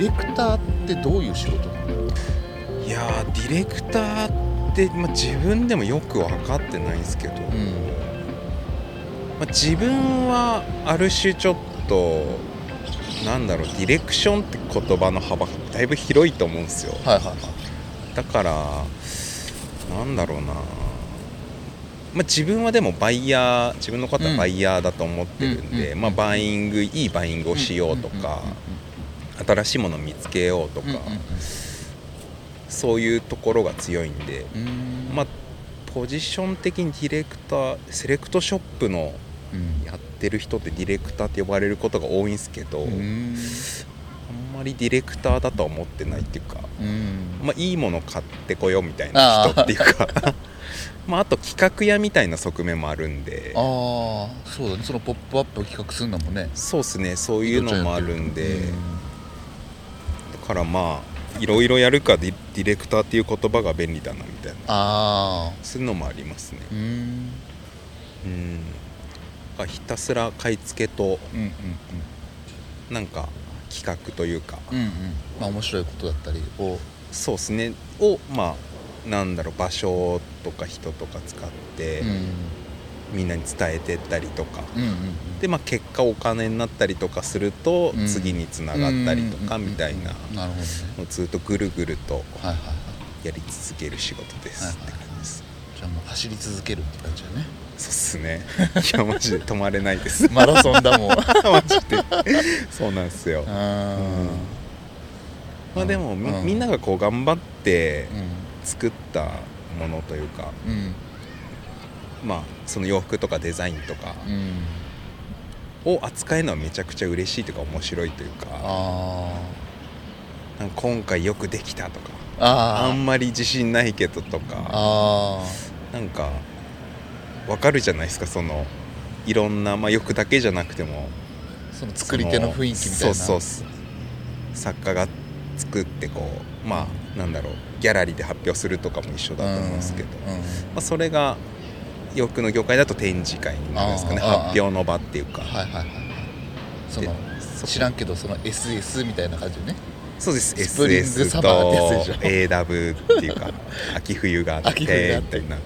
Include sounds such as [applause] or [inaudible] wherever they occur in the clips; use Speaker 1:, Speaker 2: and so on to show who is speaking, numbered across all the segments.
Speaker 1: レクターってどういう仕事なの
Speaker 2: いやーディレクターって、まあ、自分でもよく分かってないんですけど、ま
Speaker 1: うん
Speaker 2: あ、自分はある種ちょっとなんだろうディレクションって言葉の幅がだいぶ広いと思うんですよ
Speaker 1: はいはいはい
Speaker 2: だからなんだろうな、まあ、自分はでもバイヤー自分のことはバイヤーだと思ってるんで、
Speaker 1: うん
Speaker 2: まあ、バイングいいバイングをしようとか、新しいものを見つけようと
Speaker 1: うんう
Speaker 2: か、
Speaker 1: んうん
Speaker 2: そういうところが強いんで、
Speaker 1: うんうん
Speaker 2: まあ、ポジション的にディレクターセレクトショップの
Speaker 1: うん
Speaker 2: やってる人ってディレクターって呼ばれることが多いんですけど、あん
Speaker 1: ん
Speaker 2: まりディレクターだとは思ってないっていうか、
Speaker 1: うん
Speaker 2: まあ、いいもの買ってこようみたいな人っていうか [laughs] まあ、あと企画屋みたいな側面もあるんで
Speaker 1: ああそうだねその「ポップアップを企画するのもね
Speaker 2: そうですねそういうのもあるんで、
Speaker 1: うん
Speaker 2: だからまあいろいろやるかディディレクターっていう言葉が便利だなみたいな
Speaker 1: ああ
Speaker 2: そういうのもありますね。
Speaker 1: うん
Speaker 2: うんだからひたすら買い付けと
Speaker 1: うんうん
Speaker 2: なんか企画というか、
Speaker 1: うんうんまあ面白いことだったりを
Speaker 2: そうですねをまあなんだろう場所とか人とか使って、
Speaker 1: うん
Speaker 2: みんなに伝えてったりとか
Speaker 1: うんうんうん
Speaker 2: でまあ結果お金になったりとかすると、
Speaker 1: うん
Speaker 2: 次につながったりとか
Speaker 1: うんうんうんうん
Speaker 2: みたいな、
Speaker 1: なるほどね
Speaker 2: もうずっとぐるぐると
Speaker 1: はいはいはい
Speaker 2: やり続ける仕事ですって感じです。
Speaker 1: じゃあもう走り続けるって感じだね
Speaker 2: そうっ
Speaker 1: [laughs]
Speaker 2: すね。いやマジで止まれないです。
Speaker 1: マラソンだもん
Speaker 2: マジで。そうなんですよ。
Speaker 1: うん
Speaker 2: まあでも、み
Speaker 1: うん
Speaker 2: みんながこう頑張って
Speaker 1: う
Speaker 2: 作ったものというか、
Speaker 1: んうん
Speaker 2: まあその洋服とかデザインとか
Speaker 1: うん
Speaker 2: を扱えるのはめちゃくちゃ嬉しいというか面白いというか
Speaker 1: あ
Speaker 2: なんか今回よくできたとか
Speaker 1: ああ
Speaker 2: あ
Speaker 1: ー
Speaker 2: んまり自信ないけどとか
Speaker 1: あ
Speaker 2: なんかわかるじゃないですかそのいろんな、まあ、よくだけじゃなくても
Speaker 1: ーその作り手の雰囲気みたいな
Speaker 2: そのそうそう作家が作ってこうまあなんだろうギャラリーで発表するとかも一緒だと思うんですけど、
Speaker 1: うん
Speaker 2: ま
Speaker 1: うん
Speaker 2: あ、それが洋服の業界だと展示会になるんですかね
Speaker 1: あーあー
Speaker 2: 発表の場っていうか
Speaker 1: はいはいはいはいそ
Speaker 2: で
Speaker 1: の
Speaker 2: そ
Speaker 1: 知らんけどその SS みたいな感じでね
Speaker 2: そうです
Speaker 1: スプリング
Speaker 2: SS
Speaker 1: サマーってや
Speaker 2: と
Speaker 1: つでしょ
Speaker 2: AW ってい
Speaker 1: [laughs]
Speaker 2: うか秋冬があっ
Speaker 1: 秋冬があっ
Speaker 2: てみ
Speaker 1: て
Speaker 2: たいな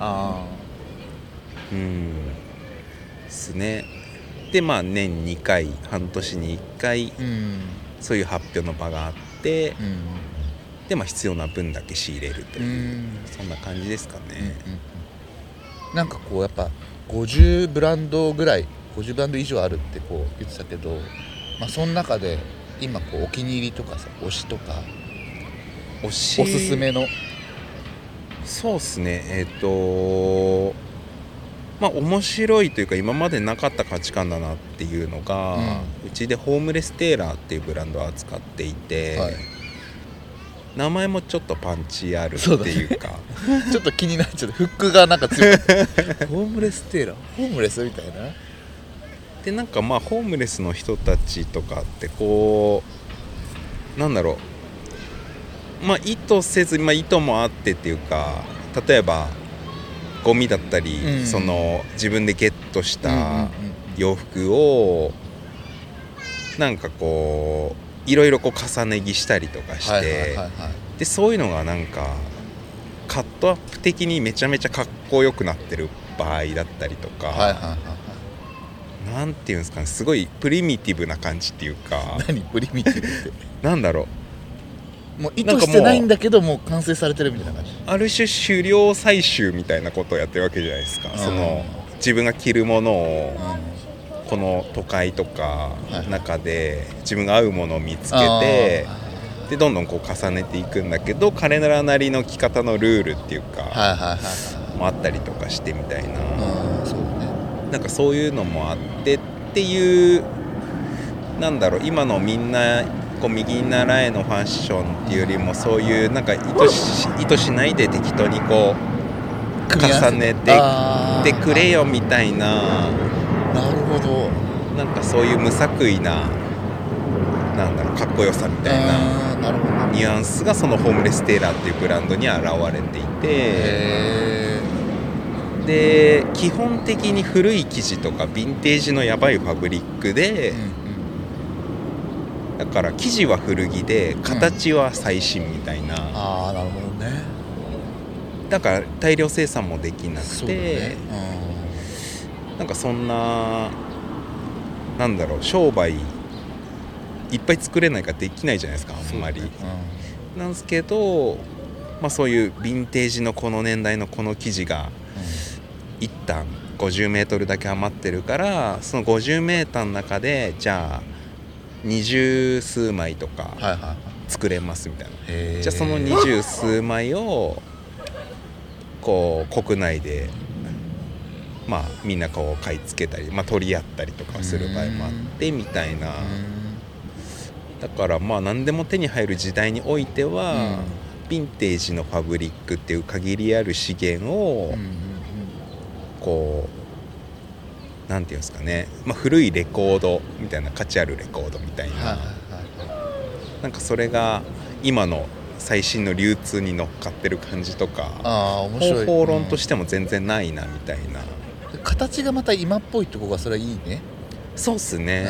Speaker 1: あ
Speaker 2: うんですねでまあ年2回半年に1回
Speaker 1: あうん
Speaker 2: そういう発表の場があって、
Speaker 1: うん
Speaker 2: でまあ必要な分だけ仕入れると
Speaker 1: うんう
Speaker 2: いう、
Speaker 1: ん
Speaker 2: そんな感じですかね、
Speaker 1: うんなんかこうやっぱ50ブランドぐらい50ブランド以上あるってこう言ってたけどまあその中で今こうお気に入りとかさ推しとか
Speaker 2: おし
Speaker 1: おすすめの
Speaker 2: そうっすねえっ、とまあ面白いというか今までなかった価値観だなっていうのが、うちでホームレステーラーっていうブランドを扱っていて、
Speaker 1: はい
Speaker 2: 名前もちょっとパンチあるっていうか
Speaker 1: ちょっと気になっちゃってフックがなんか強い [laughs] ホームレステーラーホームレスみたいな
Speaker 2: [laughs] でなんかまあホームレスの人たちとかってこうなんだろうまあ意図せず、まあ、意図もあってっていうか例えばゴミだったり、
Speaker 1: うん
Speaker 2: その自分でゲットし
Speaker 1: うんうん
Speaker 2: た
Speaker 1: うん
Speaker 2: 洋服をなんかこういろいろこう重ね着したりとかして、
Speaker 1: はいはいはいはい
Speaker 2: でそういうのがなんかカットアップ的にめちゃめちゃかっこよくなってる場合だったりとか。
Speaker 1: はいはいはい
Speaker 2: なんていうんですかねすごいプリミティブな感じっていう
Speaker 1: [laughs]
Speaker 2: か
Speaker 1: はい何プリミティブって
Speaker 2: なんだろう
Speaker 1: もう意図してないんだけどもう完成されてるみたいな感じ
Speaker 2: ある種狩猟採集みたいなことをやってるわけじゃないですか、
Speaker 1: うん
Speaker 2: その自分が着るものを
Speaker 1: うん
Speaker 2: この都会とか
Speaker 1: はい
Speaker 2: 中で自分が合うものを見つけ
Speaker 1: あー
Speaker 2: てでどんどんこう重ねていくんだけど彼らなりの着方のルールっていうか
Speaker 1: はいはいはいは
Speaker 2: もあったりとかしてみたい
Speaker 1: い
Speaker 2: な。
Speaker 1: うんそうね
Speaker 2: なんかそういうのもあってっていうなんだろう今のみんなこう右に習えのファッションっていうよりもそういうなんか意図し意図しないで適当にこう
Speaker 1: 組み合わせ
Speaker 2: 重ねて
Speaker 1: あー
Speaker 2: でくれよみたいな
Speaker 1: なるほど
Speaker 2: なんかそういう無作為ななんだろうかっこよさみたいな
Speaker 1: あーなるほど
Speaker 2: ニュアンスがそのホームレステーラーっていうブランドに現れていて
Speaker 1: へ
Speaker 2: で基本的に古い生地とかヴィンテージのやばいファブリック
Speaker 1: え
Speaker 2: で。
Speaker 1: うんうん
Speaker 2: だから生地は古着で形は最新みたいな、
Speaker 1: ああなるほどね
Speaker 2: だから大量生産もできなく
Speaker 1: そうだ
Speaker 2: て
Speaker 1: ね、う
Speaker 2: なんかそんななんだろう商売いっぱい作れないからできないじゃないですかあんまり、
Speaker 1: ん
Speaker 2: なんですけど、まあ、そういうヴィンテージのこの年代のこの生地が一旦50メートルだけ余ってるからその50メーターの中でじゃあ二十数枚と
Speaker 1: うん
Speaker 2: か
Speaker 1: はいはいはい
Speaker 2: 作れますみたいな、
Speaker 1: へー
Speaker 2: じゃあその二十数枚をこう国内でまあみんなこう買い付けたり、まあ、取り合ったりとかする場合もあってみたいな
Speaker 1: うん
Speaker 2: だからまあ何でも手に入る時代においては、ヴィンテージのファブリックっていう限りある資源
Speaker 1: う
Speaker 2: を、
Speaker 1: んうん
Speaker 2: こうなんていうんですかね、まあ、古いレコードみたいな価値あるレコードみたいな、
Speaker 1: うんはいはいは
Speaker 2: なんかそれが今の最新の流通に乗っかってる感じと
Speaker 1: い
Speaker 2: か
Speaker 1: ああ面白
Speaker 2: 方
Speaker 1: い、
Speaker 2: 法論としてても全然ないなみたいな、
Speaker 1: うん形がまた今っぽいとこがそれはいいね、
Speaker 2: そうっすね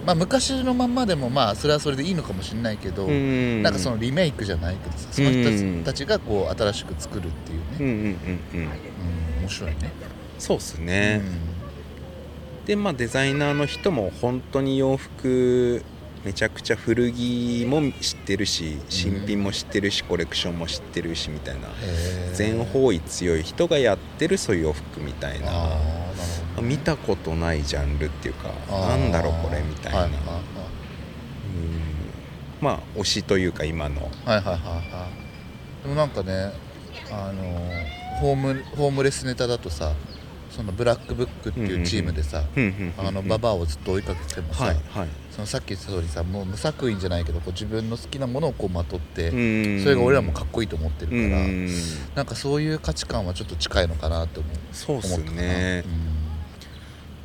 Speaker 1: うんまあ、昔のまんまでもまあそれはそれでいいのかもしれないけど、
Speaker 2: うん
Speaker 1: なんかそのリメイクじゃないけどさその人たち,、
Speaker 2: うん
Speaker 1: がこう新しく作るっていう
Speaker 2: うん
Speaker 1: ね、
Speaker 2: うんうんうん
Speaker 1: うん、面白いね、
Speaker 2: そうっすね、でまあデザイナーの人も本当に洋服めちゃくちゃ古着も知ってるし新品も知ってるし、コレクションも知ってるしみたいな
Speaker 1: うんへー
Speaker 2: 全方位強い人がやってるそういう洋服みたいな
Speaker 1: あーなるほどね
Speaker 2: 見たことないジャンルっていうか
Speaker 1: あ
Speaker 2: な
Speaker 1: ー
Speaker 2: んだろうこれみたいな、
Speaker 1: はいはい
Speaker 2: うんまあ推しというか今の
Speaker 1: はいはいはいはいはいでもなんかねあのーホームホームレスネタだとさそのブラックブックっていうチームでさ、あのバ
Speaker 2: バ
Speaker 1: バアをずっと追いかけてもさ、
Speaker 2: はいはい
Speaker 1: そのさっき言った通りさもう無作為じゃないけどこう自分の好きなものをこうまとって、
Speaker 2: うん
Speaker 1: それが俺らもかっこいいと思ってるから、
Speaker 2: うん
Speaker 1: なんかそういう価値観はちょっと近いのかなって思う
Speaker 2: そうっ
Speaker 1: 思
Speaker 2: す
Speaker 1: ったかな
Speaker 2: ね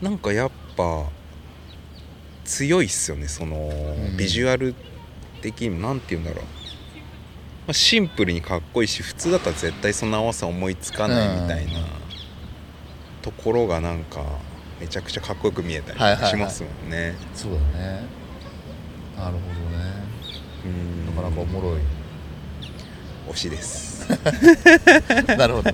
Speaker 2: なんかやっぱ強いっすよねその
Speaker 1: ん
Speaker 2: ビジュアル的にもなんて言うんだろうまあシンプルにかっこいいし普通だったら絶対そんな合わせ思いつかないみたいな
Speaker 1: うん
Speaker 2: ところがなんかめちゃくちゃかっこよく見えたり
Speaker 1: はいはいはい
Speaker 2: しますもんね
Speaker 1: うんそうだねなるほどね
Speaker 2: うん
Speaker 1: なかなかおもろい、 [laughs]
Speaker 2: 推しです
Speaker 1: なるほど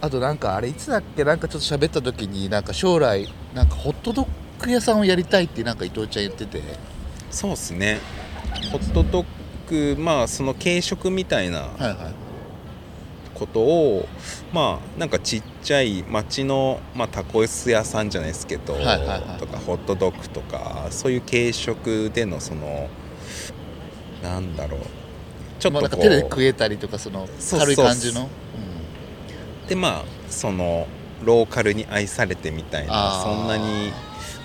Speaker 1: あとなんかあれいつだっけなんかちょっと喋った時になんか将来なんかホットドッグ屋さんをやりたいってなんか伊藤ちゃん言ってて
Speaker 2: そうっすねホットドッグまあその軽食みたいな
Speaker 1: はいはい
Speaker 2: ことをまあなんかちっちゃい町の、まあ、タコス屋さんじゃないですけど、
Speaker 1: はいはいはい
Speaker 2: とかホットドッグとかそういう軽食でのそのなんだろうちょっ
Speaker 1: まあ、なん
Speaker 2: とこ
Speaker 1: か
Speaker 2: う、
Speaker 1: 手で食えたりとかその
Speaker 2: そう
Speaker 1: 軽い感じ
Speaker 2: そ
Speaker 1: の
Speaker 2: でまあそのローカルに愛されてみたいな
Speaker 1: あー
Speaker 2: そんなに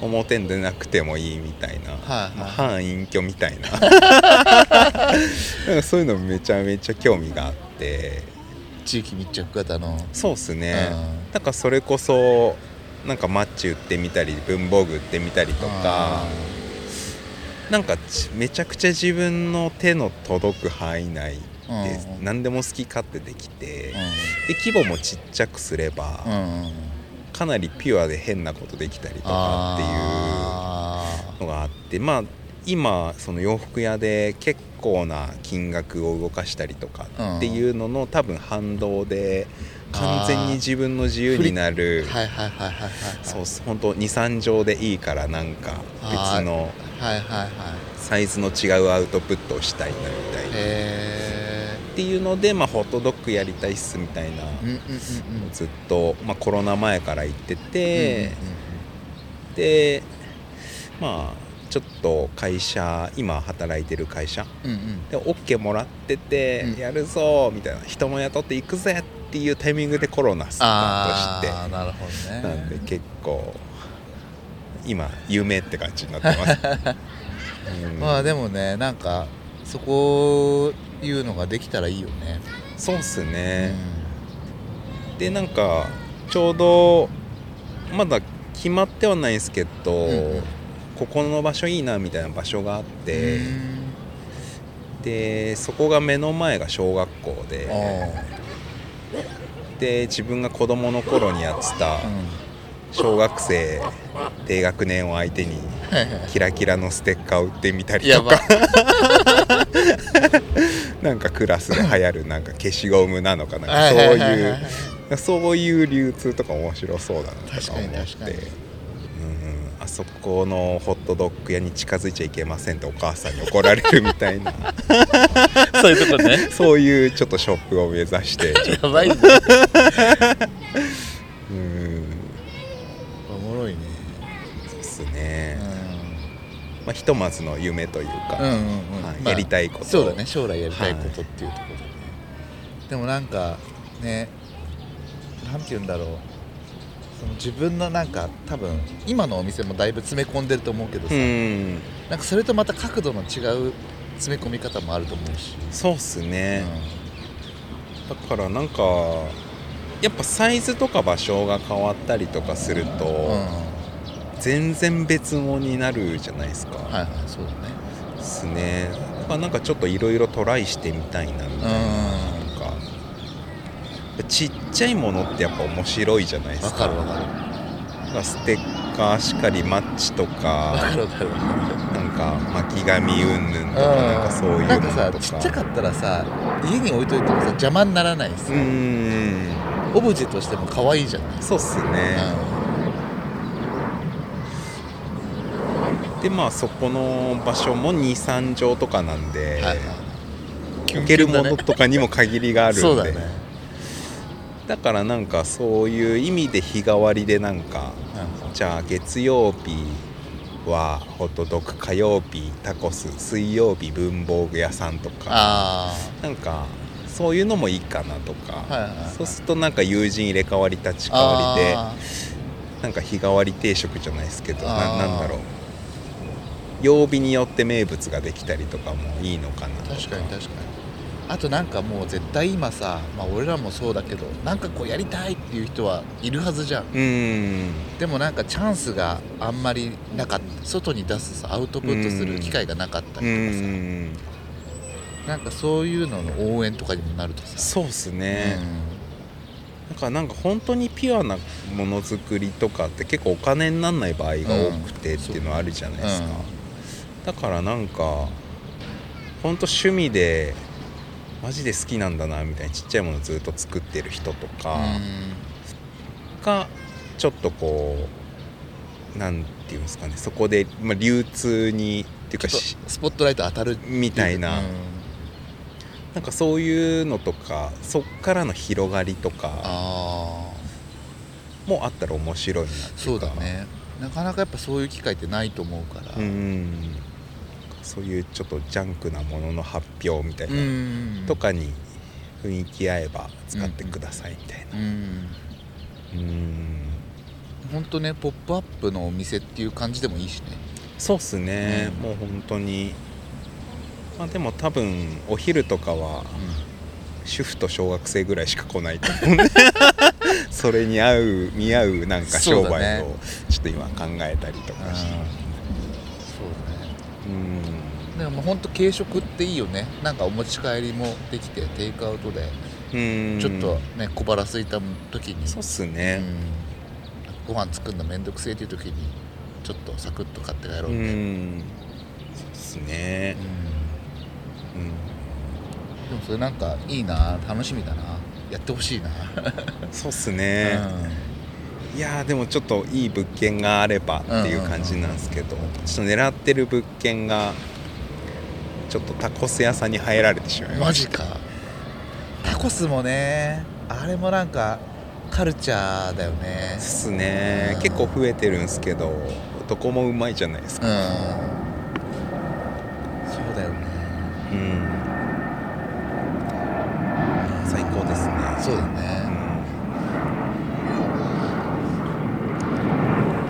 Speaker 2: 表に出なくてもいいみたいな、
Speaker 1: はい
Speaker 2: まあ、反隠居みた
Speaker 1: [laughs]
Speaker 2: いななんかそういうのめちゃめちゃ興味があって
Speaker 1: 地域密着型の、
Speaker 2: そうっすね、
Speaker 1: うん
Speaker 2: なんかそれこそなんかマッチ売ってみたり文房具売ってみたりとかなんかちめちゃくちゃ自分の手の届く範囲内で
Speaker 1: うんうん
Speaker 2: 何でも好き勝手できて
Speaker 1: う
Speaker 2: で規模もちっちゃくすれば
Speaker 1: んうんうん
Speaker 2: かなりピュアで変なことできたりとか
Speaker 1: あ
Speaker 2: っていうのがあってまあ今その洋服屋で結構な金額を動かしたりとかっていうのの多分反動で完全に自分の自由にな
Speaker 1: ー
Speaker 2: る
Speaker 1: はいはいはいはいはいはい
Speaker 2: そうっす本当23畳でいいからなんか
Speaker 1: はい
Speaker 2: 別の
Speaker 1: はいはいはい
Speaker 2: サイズの違うアウトプットをしたいなみたいなっ
Speaker 1: へ
Speaker 2: ていうので、まあ、ホットドッグやりたいっすみたいな
Speaker 1: えうんうんうんうん
Speaker 2: ずっと、まあ、コロナ前から言ってて、
Speaker 1: うんうんうん
Speaker 2: でまあちょっと会社今働いてる会社
Speaker 1: うんうん
Speaker 2: で OK もらってて、
Speaker 1: うん
Speaker 2: やるぞみたいな人も雇っていくぜっていうタイミングでコロナスタートして
Speaker 1: ああなるほどね
Speaker 2: なんで結構今有名って感じになってます、うん
Speaker 1: まあでもねなんかそこいうのができたらいいよね、
Speaker 2: そうっす
Speaker 1: う
Speaker 2: ね、
Speaker 1: ん
Speaker 2: でなんかちょうどまだ決まってはないんですけど、
Speaker 1: うん
Speaker 2: ここの場所いいなみたいな場所があって、
Speaker 1: うん
Speaker 2: でそこが目の前が小学校で
Speaker 1: あ
Speaker 2: で自分が子どもの頃にやってた
Speaker 1: あうん
Speaker 2: 小学生低学年を相手にキラキラのステッカーを売ってみた [laughs] り
Speaker 1: や
Speaker 2: と
Speaker 1: ば
Speaker 2: かなんかクラスで流行るなんか消しゴムなのかなんかそう
Speaker 1: はいはい
Speaker 2: い
Speaker 1: は
Speaker 2: う
Speaker 1: いはい
Speaker 2: そういう流通とか面白そうだなとか思っ
Speaker 1: 確かに確か
Speaker 2: て
Speaker 1: に
Speaker 2: うんあそこのホットドッグ屋に近づいちゃいけませんってお母さんに怒られるみた
Speaker 1: [laughs]
Speaker 2: いな
Speaker 1: そういうとこね
Speaker 2: そういうちょっとショップを目指してちょ
Speaker 1: [laughs] やばいね
Speaker 2: [laughs] うん
Speaker 1: おもろいね
Speaker 2: そうっす
Speaker 1: う
Speaker 2: ね
Speaker 1: ん、
Speaker 2: まあ、ひとまずの夢というか、
Speaker 1: うんうんうん
Speaker 2: はい
Speaker 1: まあ
Speaker 2: やりたいこと
Speaker 1: そうだね将来やりたいことっていうところだねでもなんかねなんて言うんだろうその自分のなんか多分今のお店もだいぶ詰め込んでると思うけどさ、
Speaker 2: うん
Speaker 1: なんかそれとまた角度の違う詰め込み方もあると思うし、
Speaker 2: そうっす
Speaker 1: うん
Speaker 2: ね、だからなんかやっぱサイズとか場所が変わったりとかすると、
Speaker 1: うん
Speaker 2: 全然別物になるじゃないですか、
Speaker 1: はいはいそうだね
Speaker 2: ですねだからなんかちょっといろいろトライしてみたいなみたいな,、
Speaker 1: う
Speaker 2: なんかちっちゃいものってやっぱ面白いじゃないで
Speaker 1: んわ
Speaker 2: す
Speaker 1: か
Speaker 2: か
Speaker 1: るわか
Speaker 2: だからステッカーしかりマッチと
Speaker 1: るわか
Speaker 2: か
Speaker 1: るわかる
Speaker 2: なんか巻き紙うんぬんとかなんかそういう
Speaker 1: な
Speaker 2: の
Speaker 1: ん
Speaker 2: と
Speaker 1: かさちっちゃかったらさ家に置いといてもさ邪魔にならないしさ
Speaker 2: う、ーん
Speaker 1: オブジェとしても可愛いじゃない、
Speaker 2: そうっすね、でまあそこの場所も23畳とかなん
Speaker 1: う
Speaker 2: で、
Speaker 1: んはいはい
Speaker 2: 置けるものとかにも限りがあるんで
Speaker 1: そうだね、
Speaker 2: だからなんかそういう意味で日替わりでなんか
Speaker 1: うん
Speaker 2: じゃあ月曜日はホットドッグ火曜日タコス水曜日文房具屋さんとか
Speaker 1: あ
Speaker 2: なんかそういうのもいいかなとか、
Speaker 1: あはいはいはい
Speaker 2: そうするとなんか友人入れ替わり立ち替わりで
Speaker 1: あ
Speaker 2: なんか日替わり定食じゃないですけどな
Speaker 1: あー
Speaker 2: なんだろう曜日によって名物ができたりとかもいいのかなと
Speaker 1: ー確かに確かにあとなんかもう絶対今さ、まあ、俺らもそうだけどなんかこうやりたいっていう人はいるはずじゃん
Speaker 2: うーん
Speaker 1: でもなんかチャンスがあんまりなかった外に出すさアウトプットする機会がなかったりとか
Speaker 2: う
Speaker 1: さ、
Speaker 2: ーん
Speaker 1: なんかそういうのの応援とかにもなるとさ
Speaker 2: そうっすね、
Speaker 1: う
Speaker 2: なんかなんか本当にピュアなものづくりとかって結構お金にならない場合が多くて
Speaker 1: う
Speaker 2: っ
Speaker 1: ん
Speaker 2: ていうのはあるじゃないですか、
Speaker 1: うん
Speaker 2: だからなんか本当趣味でマジで好きなんだなみたいなちっちゃいものずっと作ってる人とか
Speaker 1: ん
Speaker 2: がちょっとこうなんていうんですかねそこで、まあ、流通にっていうか
Speaker 1: ち
Speaker 2: し
Speaker 1: ょっとスポットライト当たる
Speaker 2: みたいな、
Speaker 1: うん
Speaker 2: なんかそういうのとかそっからの広がりとか
Speaker 1: ああ
Speaker 2: もあったら面白いなってい
Speaker 1: そうう
Speaker 2: か
Speaker 1: だねなかなかやっぱそういう機会ってないと思うから
Speaker 2: うんうんうんそういうちょっとジャンクなものの発表みたいうな、
Speaker 1: ん
Speaker 2: とかに雰囲気合えば使ってくださいみたいな
Speaker 1: うん
Speaker 2: うん
Speaker 1: 本当ね「ポップアップのお店っていう感じでもいいしね
Speaker 2: そうっすね、
Speaker 1: うん
Speaker 2: もう本当にまあでも多分お昼とかは主婦と小学生ぐらいしか来ないと
Speaker 1: [laughs]
Speaker 2: 思うんでそれに合う見合うなんか商
Speaker 1: そうだ
Speaker 2: 売
Speaker 1: ね
Speaker 2: をちょっと今考えたりとかして
Speaker 1: そうだね
Speaker 2: うん
Speaker 1: でももうほんと軽食っていいよねなんかお持ち帰りもできてテイクアウトで
Speaker 2: うん
Speaker 1: ちょっとね小腹空いた時に
Speaker 2: そうっす
Speaker 1: う
Speaker 2: ね
Speaker 1: んご飯作るのめんどくせえっていう時にちょっとサクッと買って帰ろ
Speaker 2: う
Speaker 1: うみたいな、
Speaker 2: んそうっすね
Speaker 1: うんでもそれなんかいいな楽しみだなやってほしいな、
Speaker 2: うんそうっすね、いやーでもちょっといい物件があればっていう感じなんですけど、ちょっと狙ってる物件がちょっとタコス屋さんに入られてしま
Speaker 1: う
Speaker 2: い
Speaker 1: ん、
Speaker 2: ま
Speaker 1: マ
Speaker 2: し
Speaker 1: ジ
Speaker 2: た
Speaker 1: かタコスもねあれもなんかカルチャーだよね
Speaker 2: っすね
Speaker 1: うん
Speaker 2: 結構増えてるんですけどどこもうまいじゃないです
Speaker 1: う
Speaker 2: か、
Speaker 1: んそうだよね
Speaker 2: うん最高ですね
Speaker 1: そうだ
Speaker 2: う
Speaker 1: ね
Speaker 2: ん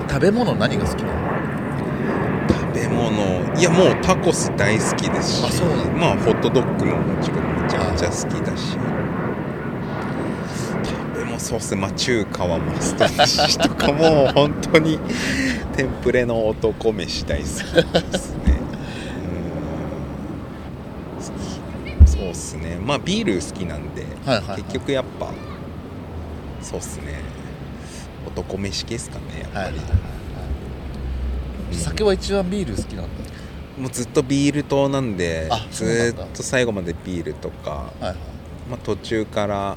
Speaker 1: 食べ物何が好きなの
Speaker 2: 食べ物いやもうタコス大好きですし
Speaker 1: あそうなん
Speaker 2: まあホットドッグももちろんめちゃめちゃ好きだし食べ物そうっすねまあ中華はマスター飯とかも本当に天ぷれの男飯大好きです
Speaker 1: [laughs]
Speaker 2: ねうん好きそうっすねまあビール好きなんで、
Speaker 1: はいはいはい
Speaker 2: 結局やっぱそうっすね男飯系ですかねやっ
Speaker 1: はいは
Speaker 2: ぱ
Speaker 1: い
Speaker 2: り、
Speaker 1: はい酒は一番ビール好きなんだ
Speaker 2: もうずっとビール党なんで
Speaker 1: あそうなん
Speaker 2: ず
Speaker 1: だ
Speaker 2: っと最後までビールとか、
Speaker 1: はい
Speaker 2: まあ、途中から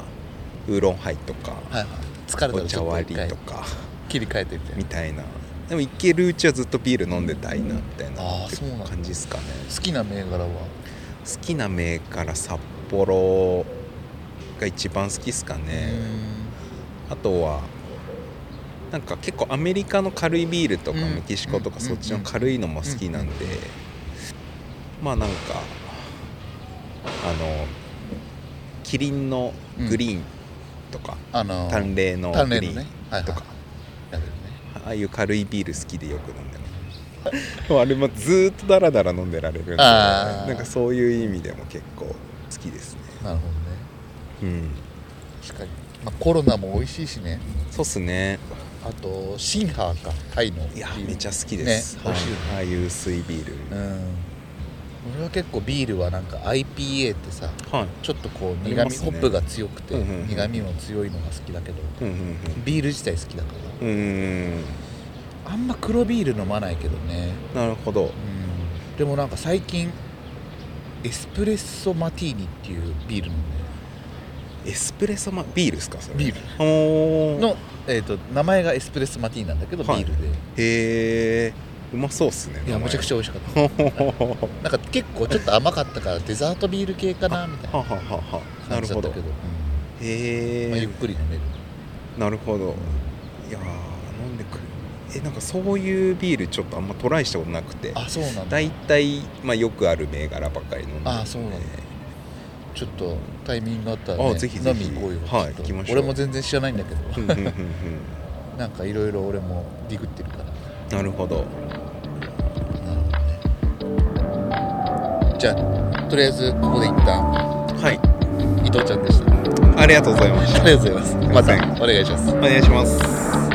Speaker 2: ウーロンハイとか、
Speaker 1: はいはいはい疲れた
Speaker 2: お
Speaker 1: らち
Speaker 2: 茶
Speaker 1: ょっ
Speaker 2: 割
Speaker 1: と一
Speaker 2: り
Speaker 1: 回
Speaker 2: とか
Speaker 1: 切り替えてみて
Speaker 2: みたいなでも行けるうちはずっとビール飲んでたいなみたいな
Speaker 1: あー
Speaker 2: って
Speaker 1: そうなんだ
Speaker 2: 感じですかね
Speaker 1: 好きな銘柄は
Speaker 2: 好きな銘から札幌が一番好きですか
Speaker 1: う
Speaker 2: ね、
Speaker 1: ん
Speaker 2: あとはなんか結構アメリカの軽いビールとか
Speaker 1: うん
Speaker 2: メキシコとか
Speaker 1: うん
Speaker 2: そっちの軽いのも好きなんでまあなんかあのキリンのグリーンとか
Speaker 1: あの
Speaker 2: 淡麗の
Speaker 1: 淡
Speaker 2: グ
Speaker 1: 麗
Speaker 2: リ
Speaker 1: の
Speaker 2: ーン
Speaker 1: ねはいはい
Speaker 2: とか
Speaker 1: やるね
Speaker 2: ああいう軽いビール好きでよく飲んでますでもあれもずーっとダラダラ飲んでられるんで
Speaker 1: あー
Speaker 2: なんかそういう意味でも結構好きですね
Speaker 1: なるほどね
Speaker 2: うん
Speaker 1: 確かに、まあ、コロナも美味しいしね
Speaker 2: そうっすね
Speaker 1: あとシンハーかタイの
Speaker 2: いや
Speaker 1: ビール
Speaker 2: めちゃ好きです、
Speaker 1: ね
Speaker 2: は
Speaker 1: 美味しいよね
Speaker 2: ああいう薄いビール、
Speaker 1: うん俺は結構ビールはなんか IPA ってさ
Speaker 2: はい
Speaker 1: ちょっとこう
Speaker 2: あり
Speaker 1: 苦
Speaker 2: ま
Speaker 1: 味、
Speaker 2: す
Speaker 1: ホ
Speaker 2: ね
Speaker 1: ップが強くて
Speaker 2: うんうんうん
Speaker 1: 苦味も強いのが好きだけど
Speaker 2: うんうんうん
Speaker 1: ビール自体好きだか
Speaker 2: うーん
Speaker 1: らあんま黒ビール飲まないけどね
Speaker 2: なるほど
Speaker 1: うんでもなんか最近エスプレッソマティーニっていうビール飲んで
Speaker 2: エスプレッソマビールですかそれ
Speaker 1: ビール
Speaker 2: おー
Speaker 1: の、えー、と名前がエスプレッソマティーなんだけど、
Speaker 2: はい
Speaker 1: ビールで
Speaker 2: へえうまそうっすね
Speaker 1: いやめちゃくちゃ
Speaker 2: ゃ
Speaker 1: 美味しかっ
Speaker 2: [laughs]
Speaker 1: たなんか結構ちょっと甘かったからデザートビール系かなみたい
Speaker 2: はは
Speaker 1: な
Speaker 2: ははな
Speaker 1: 感
Speaker 2: る
Speaker 1: じだ
Speaker 2: ほ
Speaker 1: った
Speaker 2: ど
Speaker 1: けどう
Speaker 2: へえ、
Speaker 1: んまあゆっくり飲める
Speaker 2: なるほどいやー飲んでくるえなんかそういうビールちょっとあんまトライしたことなくて
Speaker 1: あそうなんだ
Speaker 2: 大体、まあ、よくある銘柄ばっかり飲んでるんで
Speaker 1: あそうなんだちょっとタイミングがあったら、
Speaker 2: あ
Speaker 1: ね、
Speaker 2: ぜひぜひ
Speaker 1: 飲み行こうよ
Speaker 2: はい
Speaker 1: ちょっと
Speaker 2: 行きましょう
Speaker 1: 俺も全然知らないんだけど
Speaker 2: うんうんうんうん
Speaker 1: なんかいろいろ俺もディグってるから
Speaker 2: なるほ
Speaker 1: な
Speaker 2: ど
Speaker 1: るほどねじゃあとりあえずここで一旦
Speaker 2: はい
Speaker 1: 伊藤ちゃんでした
Speaker 2: ありがとうございました
Speaker 1: ありがとうございますまたお願いします
Speaker 2: お願いします